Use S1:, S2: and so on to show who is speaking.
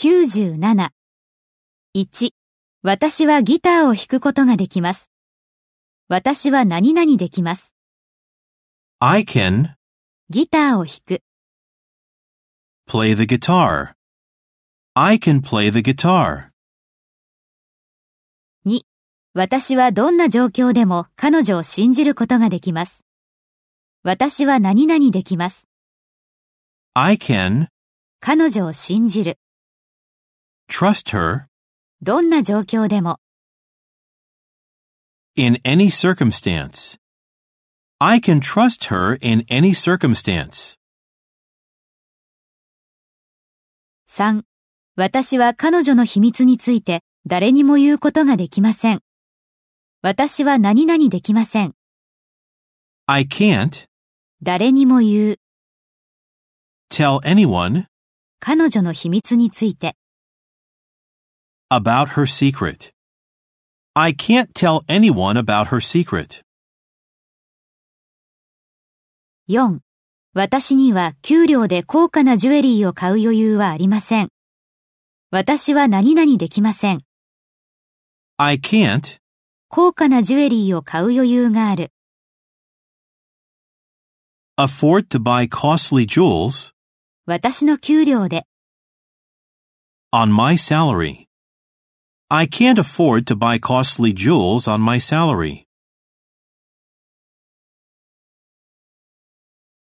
S1: 97。1、私はギターを弾くことができます。私は何々できます。
S2: I can
S1: ギターを弾く。
S2: play the guitar. I can play the guitar.
S1: 私はどんな状況でも彼女を信じることができます。私は何々できます。
S2: I can
S1: 彼女を信じる。
S2: trust her
S1: どんな状況でも。
S2: in any circumstance. I can trust her in any circumstance.
S1: 3. 私は彼女の秘密について誰にも言うことができません。私は何々できません。
S2: I can't
S1: 誰にも言う。
S2: tell anyone
S1: 彼女の秘密について。
S2: about her secret. I can't tell anyone about her secret.
S1: 4. 私には給料で高価なジュエリーを買う余裕はありません。私は何々できません。
S2: I can't
S1: 高価なジュエリーを買う余裕がある。
S2: afford to buy costly jewels
S1: 私の給料で。
S2: on my salary. I can't afford to buy costly jewels on my salary.